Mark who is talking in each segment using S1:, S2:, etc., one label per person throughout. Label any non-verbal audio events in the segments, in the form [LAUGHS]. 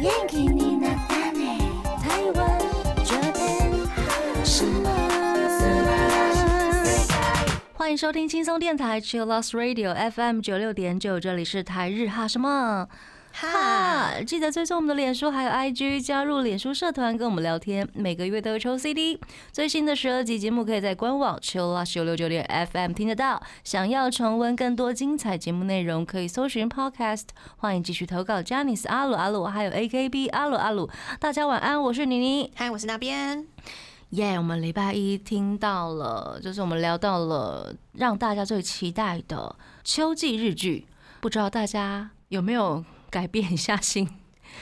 S1: 元気になったね台湾这边什么
S2: 欢迎收听轻松电台 Chill Lost Radio FM 九六点九，这里是台日哈什么
S3: 哈，
S2: 哈，记得追踪我们的脸书还有 IG，加入脸书社团跟我们聊天，每个月都会抽 CD。最新的十二集节目可以在官网 Chill Lost 九六九点 FM 听得到。想要重温更多精彩节目内容，可以搜寻 Podcast。欢迎继续投稿 j a n i c e 阿鲁阿鲁，还有 AKB 阿鲁阿鲁。大家晚安，我是妮妮。
S3: 嗨，我是那边。
S2: 耶我们礼拜一听到了，就是我们聊到了让大家最期待的秋季日剧，不知道大家有没有改变一下心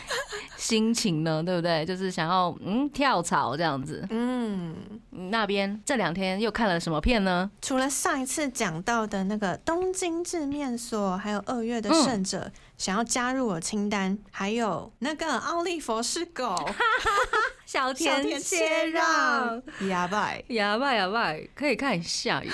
S2: [LAUGHS] 心情呢？对不对？就是想要嗯跳槽这样子。
S3: 嗯，
S2: 那边这两天又看了什么片呢？
S3: 除了上一次讲到的那个东京制面所，还有二月的胜者、想要加入我清单，还有那个奥利佛是狗，
S2: 小
S3: 小
S2: 田切让，，
S3: 哑巴。
S2: 哑巴哑巴，可以看一下耶。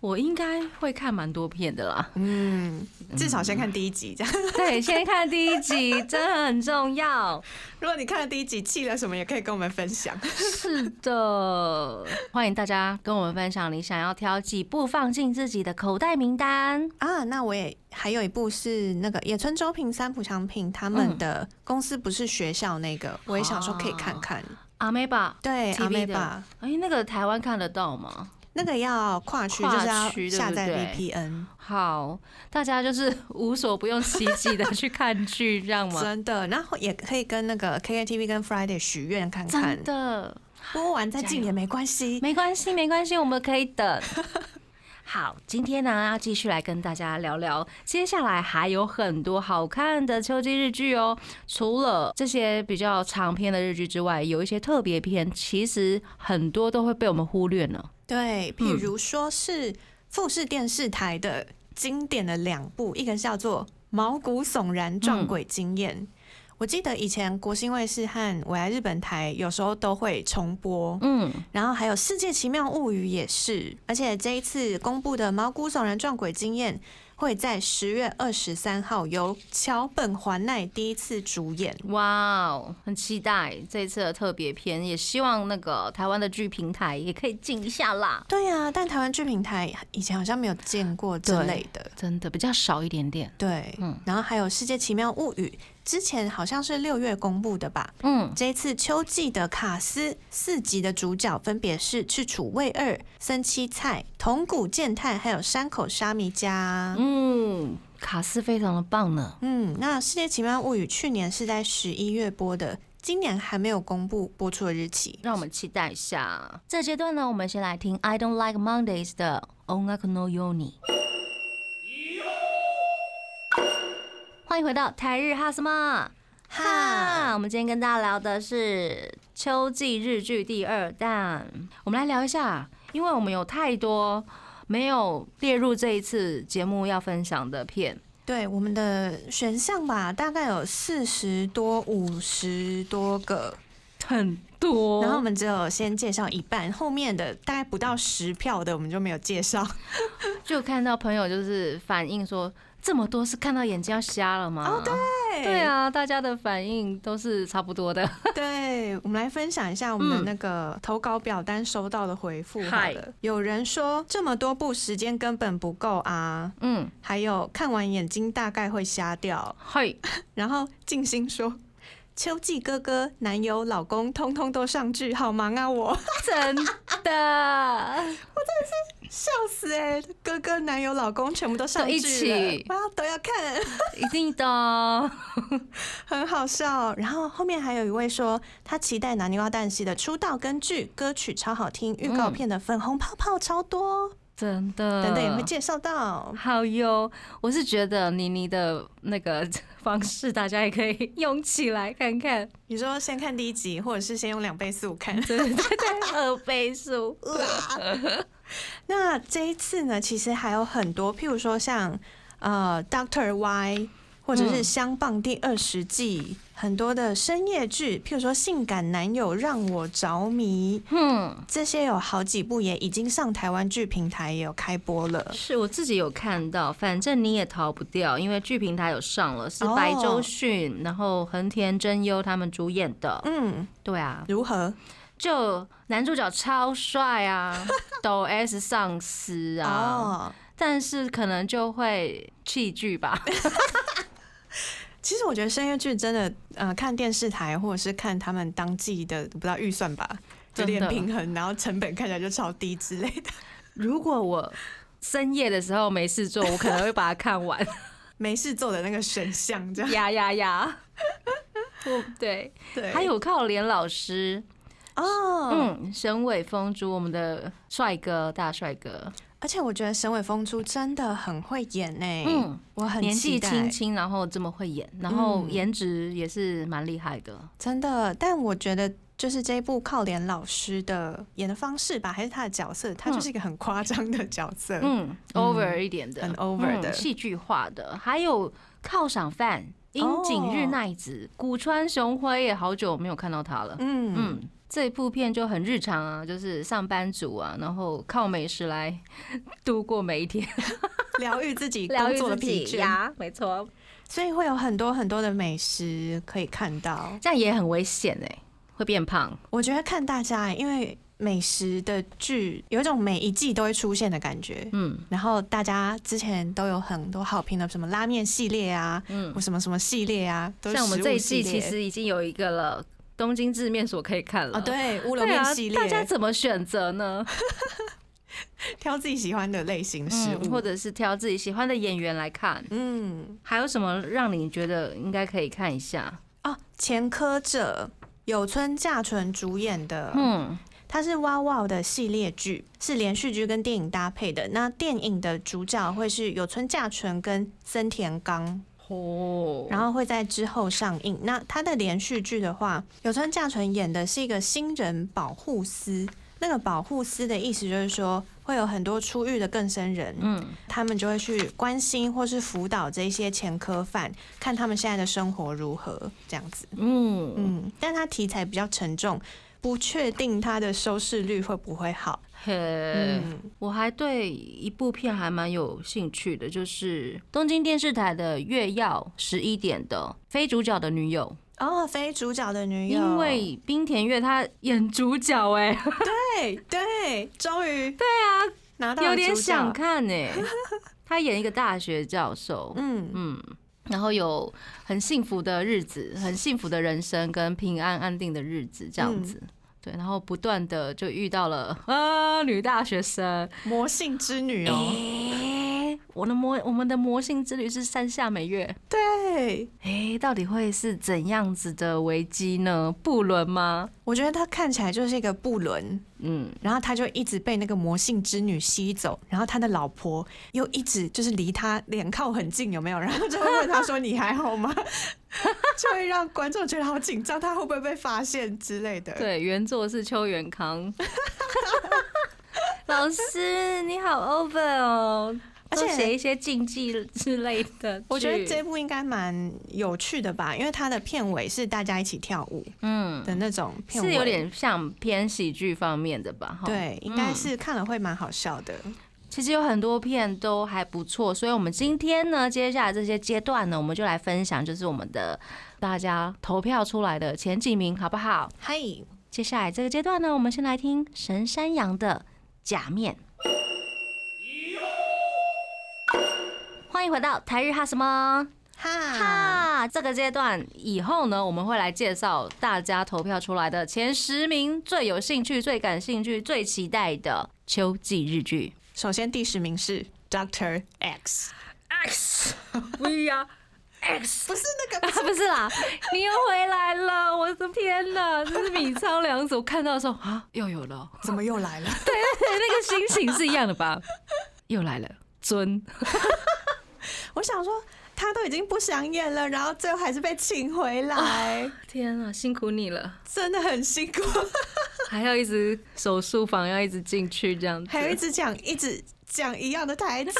S2: 我应该会看蛮多片的啦。
S3: 嗯，至少先看第一集这样。 [LAUGHS]
S2: 对，先看第一集，真的很重要。
S3: 如果你看了第一集气了什么，也可以跟我们分享。
S2: 是的，欢迎大家跟我们分享你想要挑几部放进自己的口袋名单。
S3: 啊，那我也还有一部是那个野村周平、三浦翔平他们的公司，不是学校那个，我也想说可以看看。
S2: 阿妹吧，
S3: 对，
S2: TV
S3: 阿妹
S2: 的
S3: 吧，
S2: 哎，那个台湾看得到吗？
S3: 那个要跨区，
S2: 跨
S3: 就是要
S2: 区对
S3: 下
S2: 不
S3: 载
S2: 对
S3: VPN，
S2: 好，大家就是无所不用其极的去看剧，这样吗？
S3: 真的。然后也可以跟那个 KKTV 跟 Friday 许愿看看
S2: 真，的，
S3: 播完再进
S2: 加嗯
S3: 也没关系。
S2: 没关系，没关系，我们可以等。 [LAUGHS] 好，今天呢要继续来跟大家聊聊，接下来还有很多好看的秋季日剧哦。除了这些比较长篇的日剧之外，有一些特别篇，其实很多都会被我们忽略呢。
S3: 对，譬如说是富士电视台的经典的两部，一个叫做《毛骨悚然撞鬼经验》。我记得以前国新卫视和我来日本台有时候都会重播，
S2: 嗯，
S3: 然后还有《世界奇妙物语》也是，而且这一次公布的《毛骨悚然撞鬼经验》会在十月二十三号由桥本环奈第一次主演。
S2: 哇哦，很期待这一次的特别篇，也希望那个台湾的剧平台也可以进一下啦。
S3: 对啊，但台湾剧平台以前好像没有见过这
S2: 对
S3: 类的。
S2: 真的比较少一点点。
S3: 对，
S2: 嗯
S3: 然后还有《世界奇妙物语》，之前好像是六月公布的吧？
S2: 嗯，
S3: 这一次秋季的卡斯四集的主角分别是赤楚卫二、森七菜、桐谷健太，还有山口沙弥加。
S2: 嗯，卡斯非常的棒呢。
S3: 嗯，那《世界奇妙物语》去年是在十一月播的，今年还没有公布播出的日期。
S2: 让我们期待一下。这阶段呢，我们先来听 I Don't Like Mondays 的 Onaku no Yoni。欢迎回到台日哈什么哈？我们今天跟大家聊的是秋季日剧第二弹，我们来聊一下，因为我们有太多没有列入这一次节目要分享的片，
S3: 对我们的选项吧，大概有四十多、五十多个，
S2: 很多
S3: 然后我们只有先介绍一半，后面的大概不到十票的我们就没有介绍。
S2: 就看到朋友就是反映说，这么多是看到眼睛要瞎了吗？
S3: 哦对
S2: 对 [LAUGHS] 啊，大家的反应都是差不多的。
S3: 对，我们来分享一下我们的
S2: 嗯
S3: 那个投稿表单收到的回复好了。有人说这么多部时间根本不够啊，
S2: 嗯，
S3: 还有看完眼睛大概会瞎掉。
S2: 嘿，
S3: 然后静心说。秋季哥哥、男友、老公，通通都上句，好忙啊我！ [LAUGHS]
S2: 真的，
S3: 笑死哎、哥哥、男友、老公全部都上
S2: 都一
S3: 句了
S2: 起
S3: 哇，都要看。
S2: 一定的。
S3: 很好笑。然后后面还有一位说，他期待南泥瓜蛋系的出道跟剧，歌曲超好听，预告片的粉红泡泡超多，
S2: 真的，
S3: 等等也会介绍到。
S2: 好哟，我是觉得妮妮的那个 [LAUGHS] 方式，大家也可以用起来看看，
S3: 你说先看第一集，或者是先用两倍速看？
S2: 对 [LAUGHS]
S3: [LAUGHS]
S2: 对对，二倍数，
S3: 嗯那这一次呢，其实还有很多，譬如说像呃，Doctor Y。或者
S2: 嗯
S3: 是相棒第二十季，很多的深夜剧，譬如说《性感男友让我着迷》，
S2: 嗯，
S3: 这些有好几部也已经上台湾剧平台也有开播了。
S2: 是我自己有看到，反正你也逃不掉，因为剧平台有上了，是
S3: 哦
S2: 白周迅，然后横田真优他们主演的。
S3: 嗯，
S2: 对啊，
S3: 如何？
S2: 就男主角超帅啊， [LAUGHS] 抖 S 上司啊，
S3: 哦，
S2: 但是可能就会弃剧吧。 [LAUGHS]
S3: 其实我觉得声乐剧真的，呃，看电视台或者是看他们当季的，不知道预算吧，有
S2: 真的
S3: 点平衡，然后成本看起来就超低之类的。 [LAUGHS]
S2: 如果我深夜的时候没事做，我可能会把它看
S3: [LAUGHS]
S2: 完。
S3: 没事做的那个选项，这样
S2: 呀呀
S3: [LAUGHS]
S2: 呀！我对，
S3: 对。
S2: 还有靠脸老师，
S3: 哦，
S2: 嗯，沈伟峰主我们的帅哥大帅哥，
S3: 而且我觉得沈伟峰珠真的很会演呢、
S2: 嗯，
S3: 我很
S2: 年纪
S3: 期待
S2: 轻轻，然后这么会演，然后
S3: 嗯
S2: 颜值也是蛮厉害的。
S3: 真的，但我觉得就是这一部靠脸老师的演的方式吧，还是他的角色，他就是一个很夸张的角色。
S2: 嗯 over 一点的，
S3: 很 over
S2: 嗯
S3: 的哦
S2: 戏剧化的，还有犒赏饭樱井日奈子、古川雄辉也好久没有看到他了。
S3: 嗯
S2: 嗯，这部片就很日常啊，就是上班族啊，然后靠美食来度过每一天，
S3: 疗愈自己
S2: 疗
S3: 工
S2: 愈
S3: 作的
S2: 自
S3: 疲
S2: 己
S3: 倦，
S2: 呀，没错，
S3: 所以会有很多很多的美食可以看到。
S2: 这样也很危险哎、会变胖。
S3: 我觉得看大家、因为美食的剧有一种每一季都会出现的感觉。
S2: 嗯，
S3: 然后大家之前都有很多好评的，什么拉面系列啊，
S2: 嗯
S3: 或什么什么系列啊，都是
S2: 像我们
S3: 食物
S2: 这一
S3: 系
S2: 季其
S3: 列
S2: 实已经有一个了，东京制面所可以看了。
S3: 哦，。对，乌龙
S2: 对
S3: 面
S2: 啊
S3: 系，列，
S2: 大家怎么选择呢？
S3: 挑自己喜欢的类型的食
S2: 嗯，或
S3: 物。
S2: 者是挑自己喜欢的演员来看，
S3: 嗯，
S2: 还有什么让你觉得应该可以看一下？
S3: 哦，前科者有村架纯主演的，
S2: 嗯，
S3: 它是哇哇的系列剧，是连续剧跟电影搭配的。那电影的主角会是有村架纯跟森田刚，
S2: 哦
S3: 然
S2: 后
S3: 后会在之后上映。那它的连续剧的话，有村架纯演的是一个新人保护司。那个保护司的意思就是说，会有很多出狱的更生人，
S2: 嗯，
S3: 他们就会去关心或是辅导这些前科犯，看他们现在的生活如何这样子。
S2: 嗯，
S3: 嗯，但它题材比较沉重，不确定它的收视率会不会好。
S2: 嘿，
S3: 嗯，
S2: 我还对一部片还蛮有兴趣的，就是东京电视台的《月曜十一点的非主角的女友
S3: 哦，非主角的》，女友，
S2: 因为冰田月她演主角哎、
S3: 对对，终于对啊，拿到了
S2: 有点
S3: 主角
S2: 想，看哎、她演一个大学教授，
S3: 嗯，
S2: 嗯，然后有很幸福的日子，很幸福的人生跟平安安定的日子这样
S3: 嗯
S2: 子。对，然后不断的就遇到了啊女大学生，
S3: 魔性之女哦，
S2: 嗯诶，我的魔我们的魔性之旅是山下美月，
S3: 对，
S2: 诶，到底会是怎样子的危机呢？不伦吗？
S3: 我觉得她看起来就是一个不伦，
S2: 嗯，
S3: 然后他就一直被那个魔性之女吸走，然后他的老婆又一直就是离他脸靠很近，有没 [LAUGHS] 有？然后就会问他说：“你还好吗？” [LAUGHS] 就会让观众觉得好紧张，他会不会被发现之类的。，
S2: 对，原作是邱元
S3: [LAUGHS]
S2: 康。老师，你好 over 哦，
S3: 而
S2: 多
S3: 且
S2: 写一些禁忌之类的剧。
S3: 我觉得这部应该蛮有趣的吧，因为它的片尾是大家一起跳舞
S2: 嗯
S3: 的那种片尾，
S2: 是有点像偏喜剧方面的吧？哈，
S3: 对，应该是看了会蛮好笑的。
S2: 其实有很多片都还不错，所以我们今天呢，接下来这些阶段呢，我们就来分享，就是我们的大家投票出来的前几名，好不好？
S3: 嗨、
S2: 接下来这个阶段呢，我们先来听神山羊的《假面》。欢迎回到台日哈什么
S3: 哈，
S2: 哈？这个阶段以后呢，我们会来介绍大家投票出来的前十名最有兴趣、最感兴趣、最期待的秋季日剧。
S3: 首先第十名是 Doctor X，
S2: X [LAUGHS] V R [LAUGHS] X，
S3: 不是那 [LAUGHS] 个，
S2: 啊不是啦，你又回来了，我的天哪！这是米仓凉子，我看到的时候啊，又有了哦， [LAUGHS]
S3: 怎么又来了？
S2: 对，那个心情是一样的吧？又来了，尊，
S3: 我想说，他都已经不想演了，然后最后还是被请回来，
S2: 天啊，辛苦你了，
S3: [LAUGHS] 真的很辛苦。
S2: 还要一直手术房要一直进去这样子，
S3: 还 [LAUGHS] 有一直讲，一直讲一样的台词，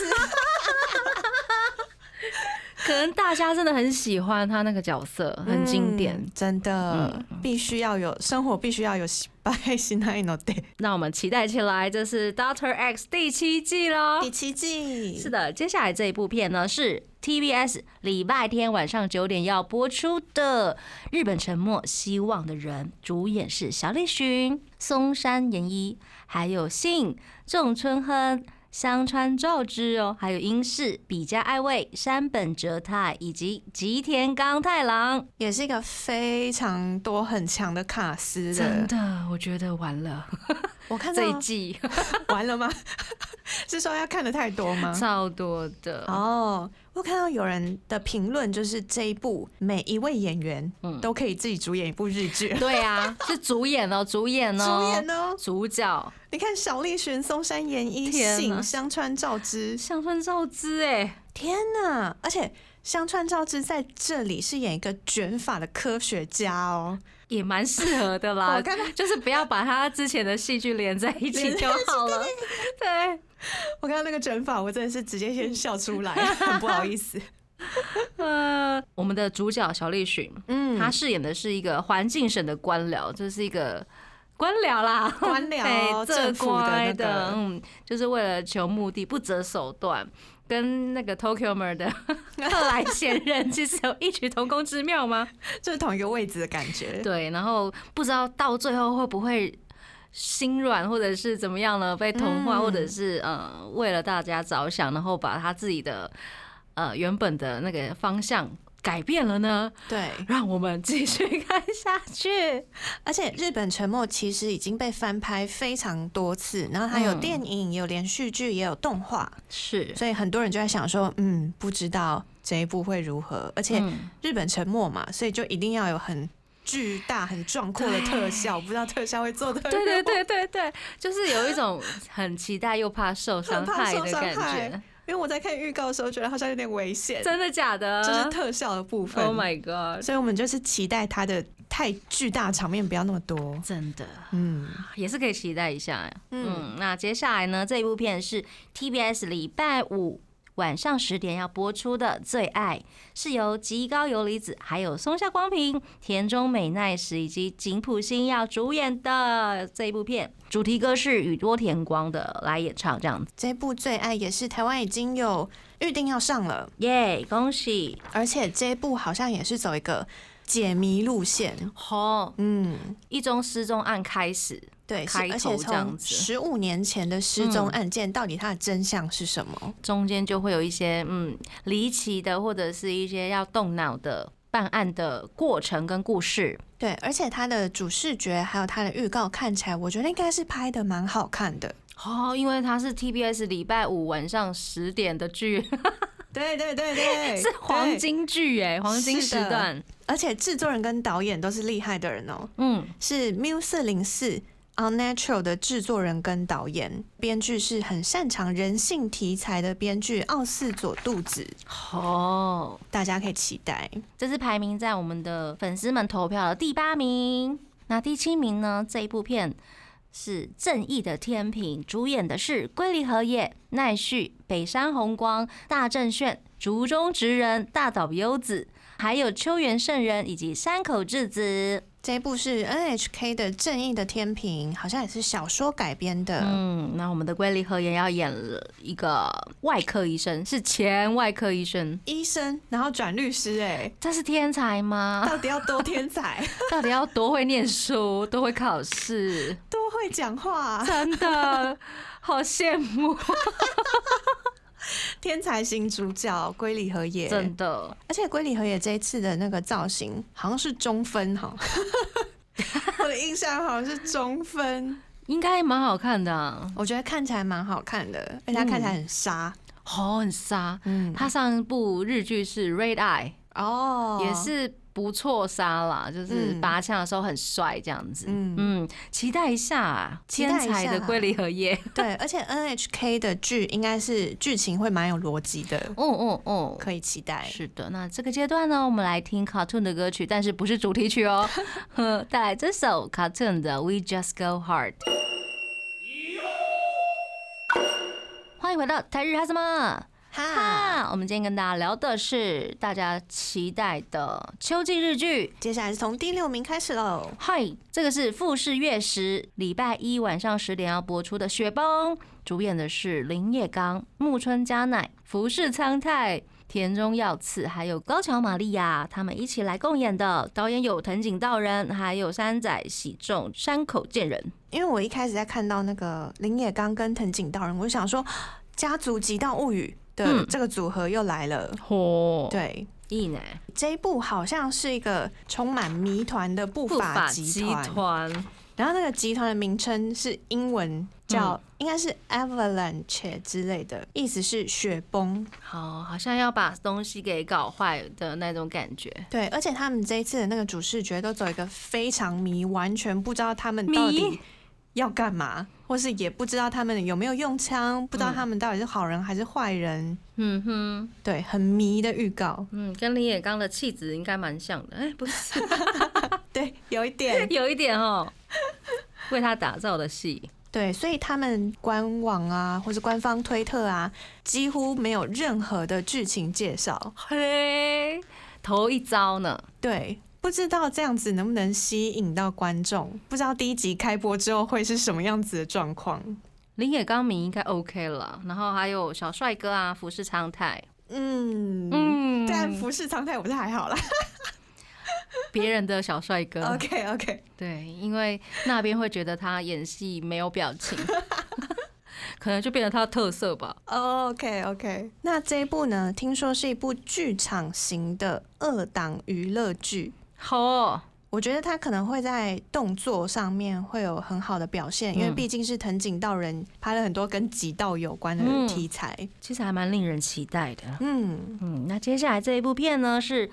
S2: 可能大家真的很喜欢他那个角色，很经典。
S3: 嗯真的，必须要有生活，必须要有拜西奈诺德
S2: 那我们期待起来，这是《Doctor X》第七季喽。
S3: [LAUGHS] 第七季
S2: 是的，接下来这一部片呢是 TBS 礼拜天晚上九点要播出的《日本沉默希望的人》，主演是小栗旬、松山研一，还有信、仲春亨。香川照之哦，还有英式比嘉爱未、山本哲太以及吉田刚太郎，
S3: 也是一个非常多很强的卡司
S2: 真
S3: 的。
S2: 的，我觉得完了
S3: 我看到
S2: 这一
S3: [LAUGHS]
S2: 季
S3: 完了吗？是说要看的太多吗？
S2: 超多的，
S3: 哦，我看到有人的评论，就是这一部每一位演员
S2: 嗯
S3: 都可以自己主演一部日剧。
S2: 对啊，是主演哦，主演哦，
S3: 主演哦，
S2: 主角
S3: 你看小栗旬、松山研一、
S2: 天哪
S3: 信、香川照之，
S2: 香川照之哎，
S3: 天哪！而且香川照之在这里是演一个卷发的科学家哦，
S2: 也蛮适合的啦
S3: [LAUGHS] 我看到，
S2: 就是不要把他之前的戏剧连在一
S3: [LAUGHS]
S2: 起就好了。对，
S3: 我看到那个卷发，我真的是直接先笑
S2: [LAUGHS]
S3: 出来，很不好意思。
S2: 呃，我们的主角小栗旬，
S3: 嗯
S2: 他饰演的是一个环境省的官僚，就是一个。官僚啦，
S3: 官僚
S2: 哎这
S3: 政府的
S2: 乖
S3: 那个
S2: 的，嗯，就是为了求目的不择手段，跟那个 Tokyo Mer 的 [LAUGHS] 特来贤人其实有异曲同工之妙
S3: [LAUGHS]
S2: 吗？
S3: 就是同一个位置的感觉。
S2: 对，然后不知道到最后会不会心软，或者是怎么样呢？被同化，
S3: 嗯
S2: 或者是呃，为了大家着想，然后把他自己的呃原本的那个方向改变了呢？
S3: 对，
S2: 让我们继续看下
S3: [LAUGHS]
S2: 去。
S3: 而且日本沉没其实已经被翻拍非常多次，然后它有
S2: 嗯
S3: 电影、也有连续剧、也有动画，
S2: 是，
S3: 所以很多人就在想说，嗯，不知道这一部会如何。而且
S2: 嗯，
S3: 日本沉没嘛，所以就一定要有很巨大、很壮阔的特 [LAUGHS] 效，不知道特效会做的
S2: 对 [LAUGHS] 对，对对对，就是有一种很期待又 [LAUGHS] 怕受伤
S3: 很怕
S2: 害
S3: 受
S2: 的
S3: 伤
S2: 感
S3: 害
S2: 觉。
S3: 因为我在看预告的时候觉得好像有点危险，
S2: 真的假的？
S3: 这是特效的部分。
S2: Oh my god！
S3: 所以我们就是期待它的太巨大场面不要那么多。
S2: 真的。
S3: 嗯，
S2: 也是可以期待一下呀。
S3: 嗯
S2: 嗯，那接下来呢，这一部片是 TBS 礼拜五晚上十点要播出的《最爱》，是由极高游离子、还有松下光平、田中美奈实以及井浦新耀主演的这一部片，主题歌是宇多田光的来演唱，这样子。
S3: 这部《最爱》也是台湾已经有预定要上了，
S2: 耶、恭喜！
S3: 而且这部好像也是走一个解谜路线。
S2: 吼、
S3: 嗯，
S2: 一宗失踪案开始，
S3: 对，是
S2: 开
S3: 而且
S2: 头这样
S3: 从
S2: 子
S3: 十五年前的失踪案件，到底它的真相是什么？
S2: 中间就会有一些嗯离奇的，或者是一些要动脑的办案的过程跟故事。
S3: 对，而且它的主视觉还有它的预告看起来，我觉得应该是拍的蛮好看的。
S2: 哦，因为它是 TBS 礼拜五晚上十点的剧， [LAUGHS]
S3: 对对对 [LAUGHS] 对
S2: 是黄，金剧哎，黄金时
S3: 是的
S2: 段。
S3: 而且制作人跟导演都是厉害的人哦，
S2: 嗯，
S3: 是 Mu 四零四 Unnatural 的制作人跟导演，编剧是很擅长人性题材的编剧奥斯佐杜子，
S2: 哦，
S3: 大家可以期待。
S2: 这是排名在我们的粉丝们投票的第八名。那第七名呢？这一部片是《正义的天平》，主演的是龟梨和也、奈绪、北山宏光、大正炫、竹中直人、大岛优子，还有秋元圣人以及山口智子。
S3: 这一部是 NHK 的《正义的天平》，好像也是小说改编的。
S2: 嗯，那我们的龟梨和也要演了一个外科医生，是前外科医生，
S3: 医生，然后转律师、
S2: 他是天才
S3: 哎， [LAUGHS]
S2: 吗？
S3: 到底要多天才，
S2: 到底要多会念书，多会考试？
S3: 多会讲话、啊
S2: 真的好羡慕，
S3: 天才型主角龟梨和也，
S2: 真的。
S3: 而且龟梨和也这一次的那个造型好像是中分哈， [LAUGHS] 我的印象好像是中分，
S2: 应该蛮好看的、啊，
S3: 我觉得看起来蛮好看的，而且他看起来很沙，
S2: 好、哦很杀。
S3: 嗯，
S2: 他上一部日剧是《Red Eye
S3: 哦》，
S2: 也，是不错杀啦，就是
S3: 嗯
S2: 拔枪的时候很帅这样子。
S3: 嗯，
S2: 嗯，期待一下啊，
S3: 期待
S2: 天
S3: 一下
S2: 才的龟梨和也。
S3: 对，而且 NHK 的剧应该是剧情会蛮有逻辑的，
S2: 哦哦哦，
S3: 可以期待。
S2: 是的，那这个阶段呢，我们来听 Cartoon 的歌曲，但是不是主题曲哦。 [LAUGHS] 呵带来这首 Cartoon 的《We Just Go Hard》。欢迎回到台日哈什么？
S3: 哈，
S2: 哈，我们今天跟大家聊的是大家期待的秋季日剧。
S3: 接下来是从第六名开始喽。
S2: 嗨，这个是富士月食，礼拜一晚上十点要播出的《雪崩》，主演的是林业刚、木村佳乃、服饰苍太、田中耀次，还有高桥玛利亚，他们一起来共演的。导演有藤井道人，还有山仔喜重、山口健人。
S3: 因为我一开始在看到那个林野刚跟藤井道人，我就想说，家族极道物语的
S2: 嗯
S3: 这个组合又来了。
S2: 嚯，
S3: 对，
S2: 一呢，
S3: 这一部好像是一个充满谜团的不法集团，
S2: 团
S3: 然后那个集团的名称是英文叫，应该是 Avalanche 之类的，意思是雪崩。
S2: 好，哦好像要把东西给搞坏的那种感觉。
S3: 对，而且他们这一次的那个主视觉都走一个非常迷，完全不知道他们到底
S2: 迷
S3: 要干嘛，或是也不知道他们有没有用枪，不知道他们到底是好人还是坏人。
S2: 嗯哼，
S3: 对，很迷的预告，
S2: 嗯，跟林野刚的气质应该蛮像的。哎、不是，
S3: 对，有一点
S2: 有一点哦，为他打造的戏。
S3: [LAUGHS] 对，所以他们官网啊，或是官方推特啊，几乎没有任何的剧情介绍。
S2: 嘿，头一招呢？
S3: 对，不知道这样子能不能吸引到观众，不知道第一集开播之后会是什么样子的状况。
S2: 林野刚迷应该 OK 了，然后还有小帅哥啊，服饰常态，
S3: 嗯嗯，
S2: 嗯，
S3: 但服饰常态我是还好啦。
S2: [LAUGHS] 别人的小帅哥
S3: [LAUGHS] OK OK，
S2: 对，因为那边会觉得他演戏没有表情，可能就变成他的特色吧。
S3: OK OK，那这一部呢，听说是一部剧场型的二档娱乐剧。
S2: 好、哦，
S3: 我觉得他可能会在动作上面会有很好的表现，因为
S2: 嗯
S3: 毕竟是藤井道人拍了很多跟极道有关的
S2: 嗯
S3: 题材。
S2: 其实还蛮令人期待的。
S3: 嗯，
S2: 嗯，那接下来这一部片呢是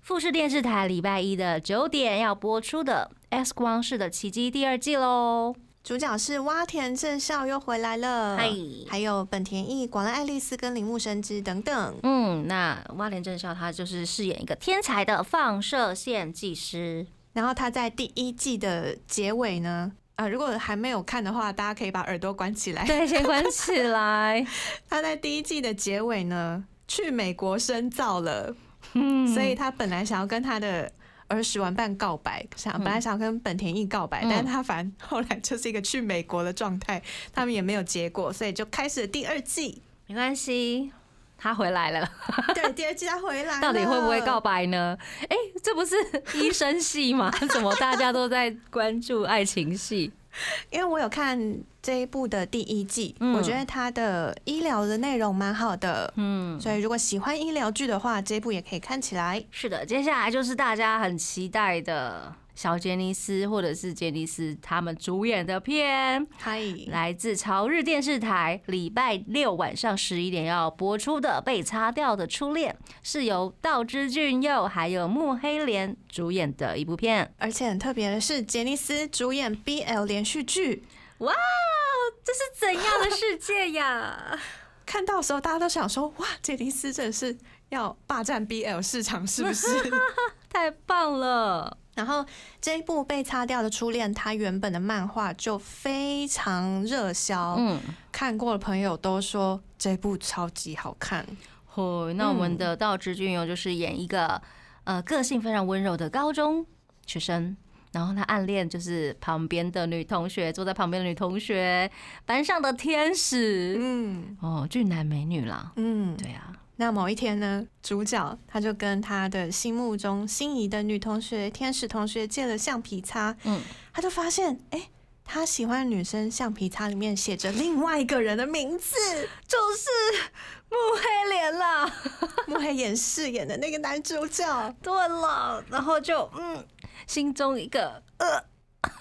S2: 富士电视台礼拜一的九点要播出的《X 光式的奇迹》第二季喽。
S3: 主角是洼田正孝又回来了，
S2: 嗨
S3: 还有本田翼、广濑爱丽丝跟铃木伸之等等。
S2: 嗯，那蛙田正孝他就是饰演一个天才的放射线技师。
S3: 然后他在第一季的结尾呢，呃，如果还没有看的话，大家可以把耳朵关起来。
S2: 对，先关起来。
S3: 他在第一季的结尾呢，去美国深造了，
S2: 嗯
S3: 所以他本来想要跟他的儿时玩伴告白，想本来想要跟本田翼告白，
S2: 嗯
S3: 但是他反正后来就是一个去美国的状态，他们也没有结果，所以就开始了第二
S2: [LAUGHS]
S3: 季。
S2: [LAUGHS] 没关系，他回来了。
S3: 对，第二季他回来了，
S2: 到底会不会告白呢？哎、这不是 [LAUGHS] 医生戏吗？怎么大家都在关注爱情戏？
S3: 因为我有看这一部的第一季，
S2: 嗯
S3: 我觉得它的医疗的内容蛮好的，
S2: 嗯，
S3: 所以如果喜欢医疗剧的话，这一部也可以看起来。
S2: [LAUGHS] 是的，接下来就是大家很期待的小杰尼斯或者是杰尼斯他们主演的片，
S3: 嗨，
S2: 来自朝日电视台礼拜六晚上十一点要播出的《被擦掉的初恋》，是由道之俊佑还有木黑莲主演的一部片。
S3: 而且很特别的是，杰尼斯主演 BL 连续剧，
S2: 哇，这是怎样的世界呀？
S3: 看到的时候大家都想说，哇，杰尼斯真的是要霸占 BL 市场是不 [LAUGHS] 是？
S2: [LAUGHS] 太棒了！
S3: 然后这一部被擦掉的初恋，它原本的漫画就非常热销，
S2: 嗯，
S3: 看过的朋友都说这部超级好看。
S2: 哦，那我们的道之俊佑就是演一个、呃个性非常温柔的高中学生，然后他暗恋就是旁边的女同学，坐在旁边的女同学，班上的天使，
S3: 嗯
S2: 哦，俊男美女啦，
S3: 嗯，
S2: 对啊，
S3: 那某一天呢，主角他就跟他的心目中心仪的女同学天使同学借了橡皮擦，
S2: 嗯，
S3: 他就发现，哎、他喜欢的女生橡皮擦里面写着另外一个人的名字，
S2: [LAUGHS] 就是木黑莲啦，
S3: 莫黑眼饰演的那个男主角。
S2: 对了，然后就嗯，心中一个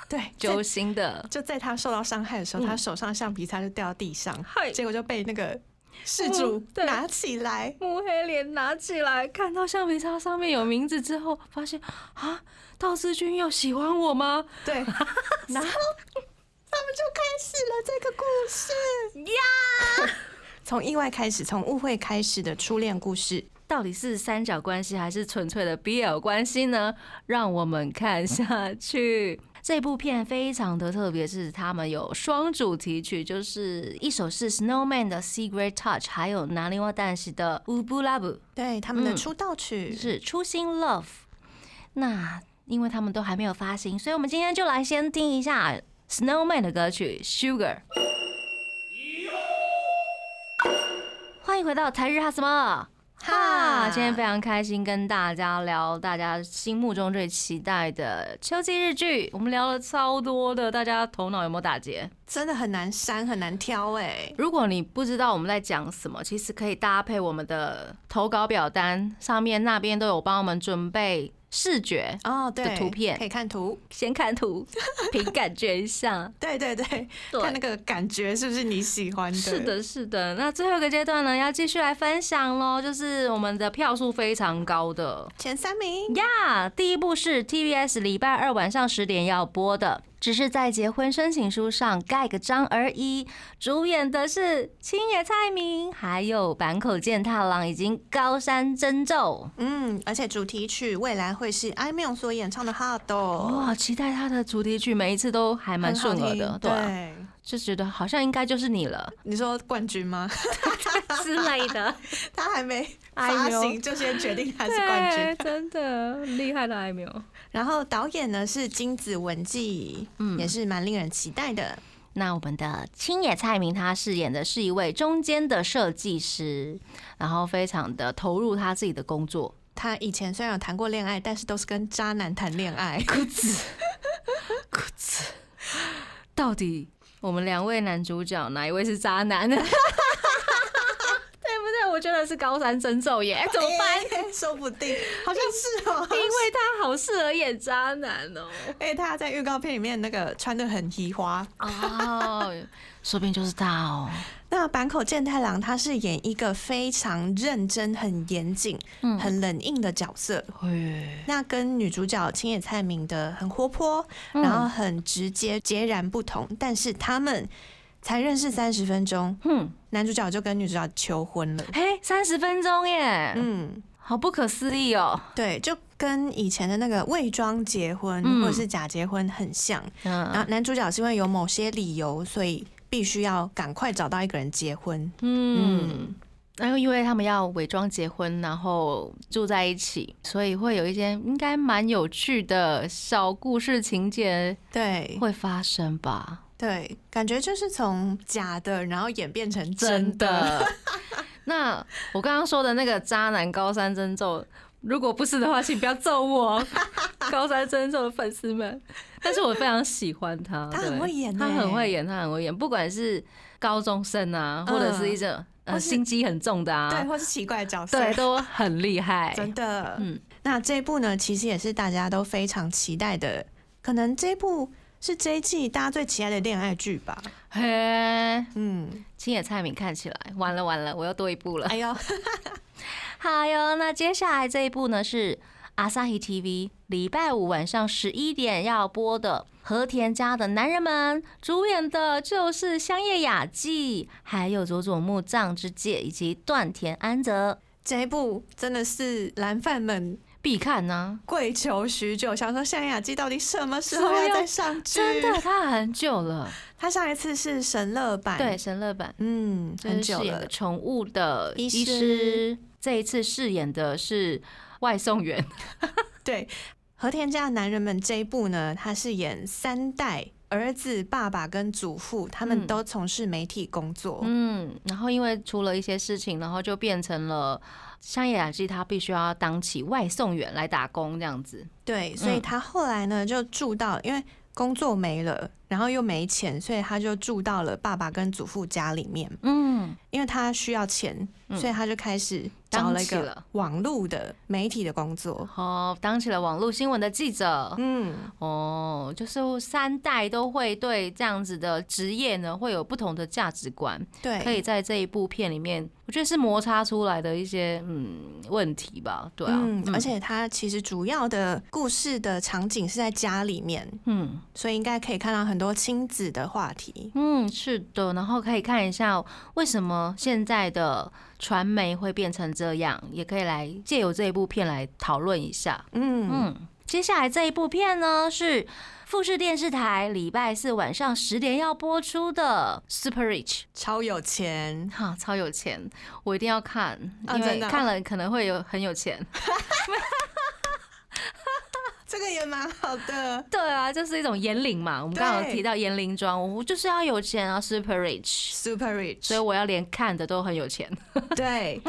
S3: 对，
S2: 揪
S3: 就
S2: 心的，
S3: 就在他受到伤害的时候，
S2: 嗯
S3: 他手上橡皮擦就掉到地上，
S2: 嗨
S3: 结果就被那个事主
S2: 嗯对
S3: 拿起来，
S2: 木黑莲拿起来，看到橡皮擦上面有名字之后，发现啊，道之君佑喜欢我吗？ [LAUGHS]
S3: 对，然后他们就开始了这个故事呀， [LAUGHS] 从意外开始，从误会开始的初恋故事。
S2: 到底是三角关系还是纯粹的 BL 关系呢？让我们看下去。这部片非常的特别，是他们有双主题曲，就是一首是 Snowman 的《Secret Touch》，还有拿另外但是的《乌布拉布》，
S3: 对他们的
S2: 嗯
S3: 出道曲，
S2: 是《初心 Love》。那因为他们都还没有发行，所以我们今天就来先听一下 Snowman 的歌曲《Sugar》。欢迎回到台日哈什么？哈，今天非常开心跟大家聊大家心目中最期待的秋季日剧，我们聊了超多的，大家头脑有没有打结？
S3: 真的很难删，很难挑哎、
S2: 如果你不知道我们在讲什么，其实可以搭配我们的投稿表单，上面那边都有帮我们准备视觉，
S3: 哦，对，
S2: 图片
S3: 可以看图，
S2: 先看 [LAUGHS] 图，凭感觉一下。
S3: [LAUGHS] 对对对，看
S2: 对，
S3: 那个感觉是不是你喜欢的？
S2: 是，的，是的。那最后一个阶段呢，要继续来分享喽，就是我们的票数非常高的，
S3: 前三名
S2: 呀第一部是 TBS 礼拜二晚上十点要播的，只是在结婚申请书上盖个章而已。主演的是青野菜明，还有坂口健太郎以及高山真宙。
S3: 嗯，而且主题曲未来会是 i m o n 所演唱的《Hard》
S2: 哇，期待他的主题曲，每一次都还哦蛮
S3: 很好
S2: 顺耳
S3: 听
S2: 的，对
S3: 对,、
S2: 啊，就觉得好像应该就是你
S3: [LAUGHS]
S2: 了
S3: 你说冠
S2: [LAUGHS]
S3: 军吗？
S2: 之类的。
S3: [LAUGHS] 他还没
S2: 哎
S3: 发
S2: 呦
S3: 行就先决定
S2: 哎
S3: 他是冠
S2: [LAUGHS]
S3: 军。
S2: 真的厉害的艾哦没有。
S3: 然后导演呢是金子文纪，
S2: 嗯
S3: 也是蛮令人期待的。
S2: 那我们的青野菜明，他饰演的是一位中间的设计师，然后非常的投入他自己的工作。
S3: 他以前虽然有谈过恋爱，但是都是跟渣男谈
S2: [LAUGHS]
S3: 恋爱。 [LAUGHS]
S2: 到底我们两位男主角哪一位是渣男呢？对不对？我觉得是高山真奏耶，怎么办？
S3: 办？ [LAUGHS] 说不定，好像是
S2: [LAUGHS]
S3: 哦、
S2: 哎因为他好适合演渣男哦。
S3: 哎、他在预告片里面那个穿的很移花。
S2: 哦，说不定就是他哦。
S3: 那坂口健太郎他是演一个非常认真、很严谨、
S2: 嗯
S3: 很冷硬的角色。那跟女主角青野菜明的很活泼，
S2: 嗯
S3: 然后很直接，截然不同。但是他们才认识三十分钟，
S2: 哼，
S3: 男主角就跟女主角求婚了。
S2: 嘿，三十分钟耶，
S3: 嗯，
S2: 好不可思议哦。
S3: 对，就跟以前的那个伪装结婚
S2: 嗯
S3: 或者是假结婚很像。然
S2: 嗯
S3: 后男主角是因为有某些理由，所以必须要赶快找到一个人结婚。
S2: 嗯。然后因为他们要伪装结婚，然后住在一起，所以会有一些应该蛮有趣的小故事情节
S3: 对
S2: 会发生吧。
S3: 对，感觉就是从假的，然后演变成
S2: 真
S3: 真的。
S2: 的。 [LAUGHS] 那我刚刚说的那个渣男高山真咒，如果不是的话，请不要揍我， [LAUGHS] 高山真咒的粉丝们。但是我非常喜欢他，
S3: 他很
S2: 对
S3: 会演
S2: 他
S3: 欸
S2: 很会演，他很会演，不管是高中生啊，
S3: 嗯
S2: 或者是一种呃
S3: 或是
S2: 心机很重的
S3: 对，
S2: 啊，
S3: 或是奇怪的角色，
S2: 对，都很厉害。
S3: 真的。
S2: 嗯，
S3: 那这一部呢，其实也是大家都非常期待的，可能这一部是这一季大家最期待的恋爱剧吧。
S2: 嘿，
S3: 嗯，
S2: [LAUGHS] 青野菜明看起来完了完了，我又多一步了。
S3: 哎呦，
S2: 好哟，那接下来这一部呢是 Asahi TV 礼拜五晚上十一点要播的《和田家的男人们》，主演的就是香叶雅纪，还有佐佐木藏之介以及段田安泽，
S3: 这一部真的是蓝饭们
S2: 必看呢、
S3: 跪求许久，想说向雅纪到底什么时候要再上剧？
S2: 真的，他很久了，
S3: 他上一次是神乐版，
S2: 对，，神乐版
S3: 嗯，
S2: 就
S3: 很
S2: 是
S3: 久
S2: 饰演的
S3: 了。
S2: 宠物的医
S3: 医
S2: 师，
S3: 师
S2: 这一次饰演的是外送员，
S3: 对，和田家的男人们这一部呢，他是演三代儿子、爸爸跟祖父，他
S2: 嗯
S3: 们都从事媒体工作。
S2: 嗯，然后因为出了一些事情，然后就变成了香野雅纪，她必须要当起外送员来打工这样子。
S3: 对，所以
S2: 嗯
S3: 他后来呢就住到，因为工作没了，然后又没钱，所以他就住到了爸爸跟祖父家里面。
S2: 嗯，
S3: 因为他需要钱，
S2: 嗯
S3: 所以他就开始找
S2: 当
S3: 了一
S2: 起
S3: 个
S2: 了
S3: 网络的媒体的工作。
S2: 哦，当起了网络新闻的记者。
S3: 嗯，
S2: 哦，就是三代都会对这样子的职业呢，会有不同的价值观，可
S3: 对，
S2: 以在这一部片里面，我觉得是摩擦出来的一些嗯问题吧。对啊，
S3: 嗯，而且他其实主要的故事的场景是在家里面，
S2: 嗯。
S3: 所以应该可以看到很多亲子的话题。
S2: 嗯，是的，然后可以看一下为什么现在的传媒会变成这样，也可以来借由这一部片来讨论一下。
S3: 嗯，
S2: 嗯，接下来这一部片呢是富士电视台礼拜四晚上十点要播出的《Super Rich》。
S3: 超有钱， [LAUGHS]
S2: 哈、超有钱，我一定要看，
S3: 啊
S2: 因为
S3: 真的哦
S2: 看了可能会有很有钱。 [LAUGHS]
S3: 这个也蛮好的。
S2: 对啊，就是一种烟龄嘛。我们刚刚有
S3: 对
S2: 提到烟龄妆，我就是要有钱啊，super rich，
S3: Super rich，
S2: 所以我要连看的都很有钱。
S3: [LAUGHS]
S2: [LAUGHS]
S3: 对，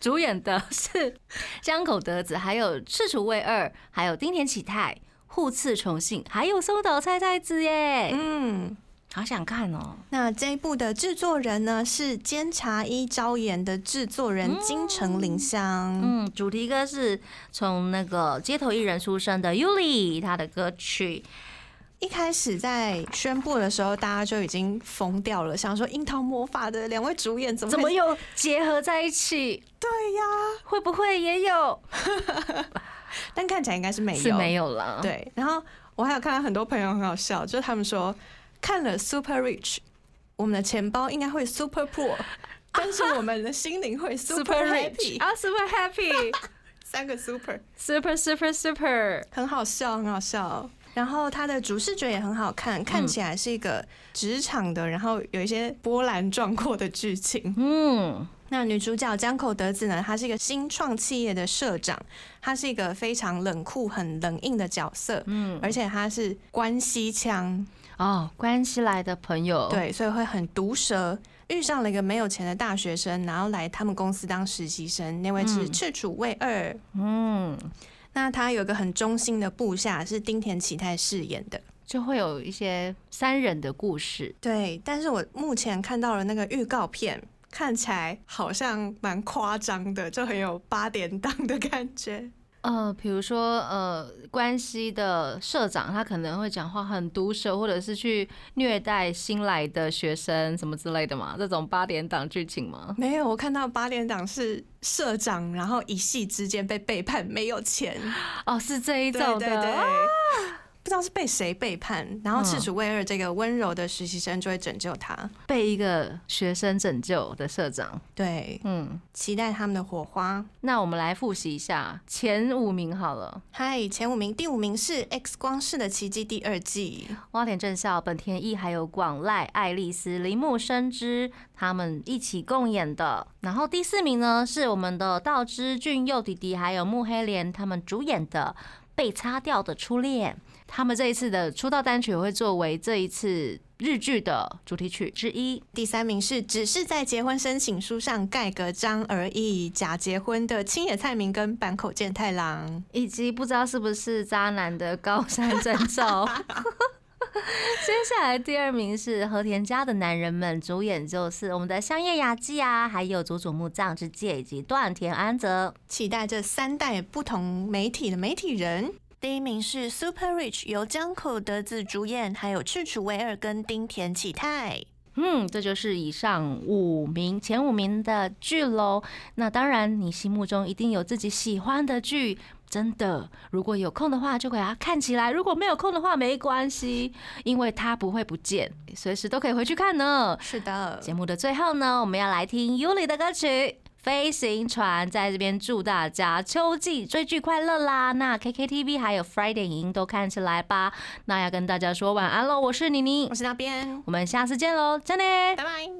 S2: 主演的是江口德子，还有赤楚卫二，还有丁田启泰、户次重信，还有松岛菜菜子耶，
S3: 嗯，
S2: 好想看哦。
S3: 那这一部的制作人呢是《监察一朝颜》的制作人金城绫香。
S2: 嗯，主题歌是从那个街头艺人出身的 Yuli 他的歌曲，
S3: 一开始在宣布的时候，大家就已经疯掉了，想说《樱桃魔法》的两位主演怎么
S2: 怎么
S3: 会
S2: 又结合在一起？
S3: 对呀？
S2: 会不会也有？
S3: 但看起来应该是没有，
S2: 是哎没有了。，
S3: 对，然后我还有看到很多朋友很好笑，就是他们说看了 Super Rich，我们的钱包应该会 Super [LAUGHS] Poor，但是我们的心灵会 Super Happy，
S2: 啊，Super Happy，
S3: 三个 Super，
S2: [LAUGHS] Super Super Super，
S3: 很好笑，很好笑。然后它的主视觉也很好看，看起来是一个职场的，然后有一些波澜壮阔的剧情。
S2: 嗯，
S3: 那女主角江口德子呢，她是一个新创企业的社长，她是一个非常冷酷、很冷硬的角色，嗯，而且她是关西腔，
S2: 哦，关系来的朋友，，
S3: 对，所以会很毒舌。遇上了一个没有钱的大学生，然后来他们公司当实习生，那位是
S2: 嗯
S3: 赤楚卫二。
S2: 嗯，
S3: 那他有一个很忠心的部下，是丁田启泰饰演的。
S2: 就会有一些三人的故事。
S3: 对，但是我目前看到了那个预告片，看起来好像蛮夸张的，就很有八点档的感觉。
S2: 呃，比如说，呃，关系的社长他可能会讲话很毒舌，或者是去虐待新来的学生什么之类的嘛，这种八点档剧情吗？
S3: [LAUGHS] 没有，我看到八点档是社长，然后一夕之间被背叛，没有钱。
S2: 哦，是这一
S3: 对
S2: 种的，
S3: 对对。不知道是被谁背叛，然后赤楚卫二这个温柔的实习生就会拯救他。
S2: 被一个学生拯救的社长。
S3: 对，
S2: 嗯，
S3: 期待他们的火花。
S2: 那我们来复习一下前五名好了。
S3: 嗨，前五名，第五名是《X 光式的奇迹》第二季。
S2: 花田正孝、本田翼还有广濑爱丽丝、铃木伸之他们一起共演的。然后第四名呢是我们的道之俊佑弟弟还有木黑莲他们主演的《被擦掉的初恋》。他们这一次的出道单曲会作为这一次日剧的主题曲之一。
S3: 第三名是只是在结婚申请书上盖个章而已，假结婚的青野菜明跟坂口健太郎。
S2: 以及不知道是不是渣男的高山征兆。 [LAUGHS] 接下来第二名是和田家的男人们，主演就是我们的香叶雅纪啊，还有佐佐木藏之介以及段田安泽。
S3: 期待这三代不同媒体的媒体人。第一名是 Super Rich，由江口德子主演，还有赤楚卫二跟丁田启泰。
S2: 嗯，这就是以上五名前五名的剧喽。那当然，你心目中一定有自己喜欢的剧，真的。如果有空的话，就给它看起来；如果没有空的话，没关系，因为它不会不见，随时都可以回去看呢。
S3: 是的，
S2: 节目的最后呢，我们要来听 Yuli 的歌曲《飞行船》。在这边祝大家秋季追剧快乐啦！那 KKTV 还有 Friday 影音都看起来吧。那要跟大家说晚安喽，我是妮妮
S3: 我，是那边，
S2: 我们下次见喽，再见。
S3: 拜拜。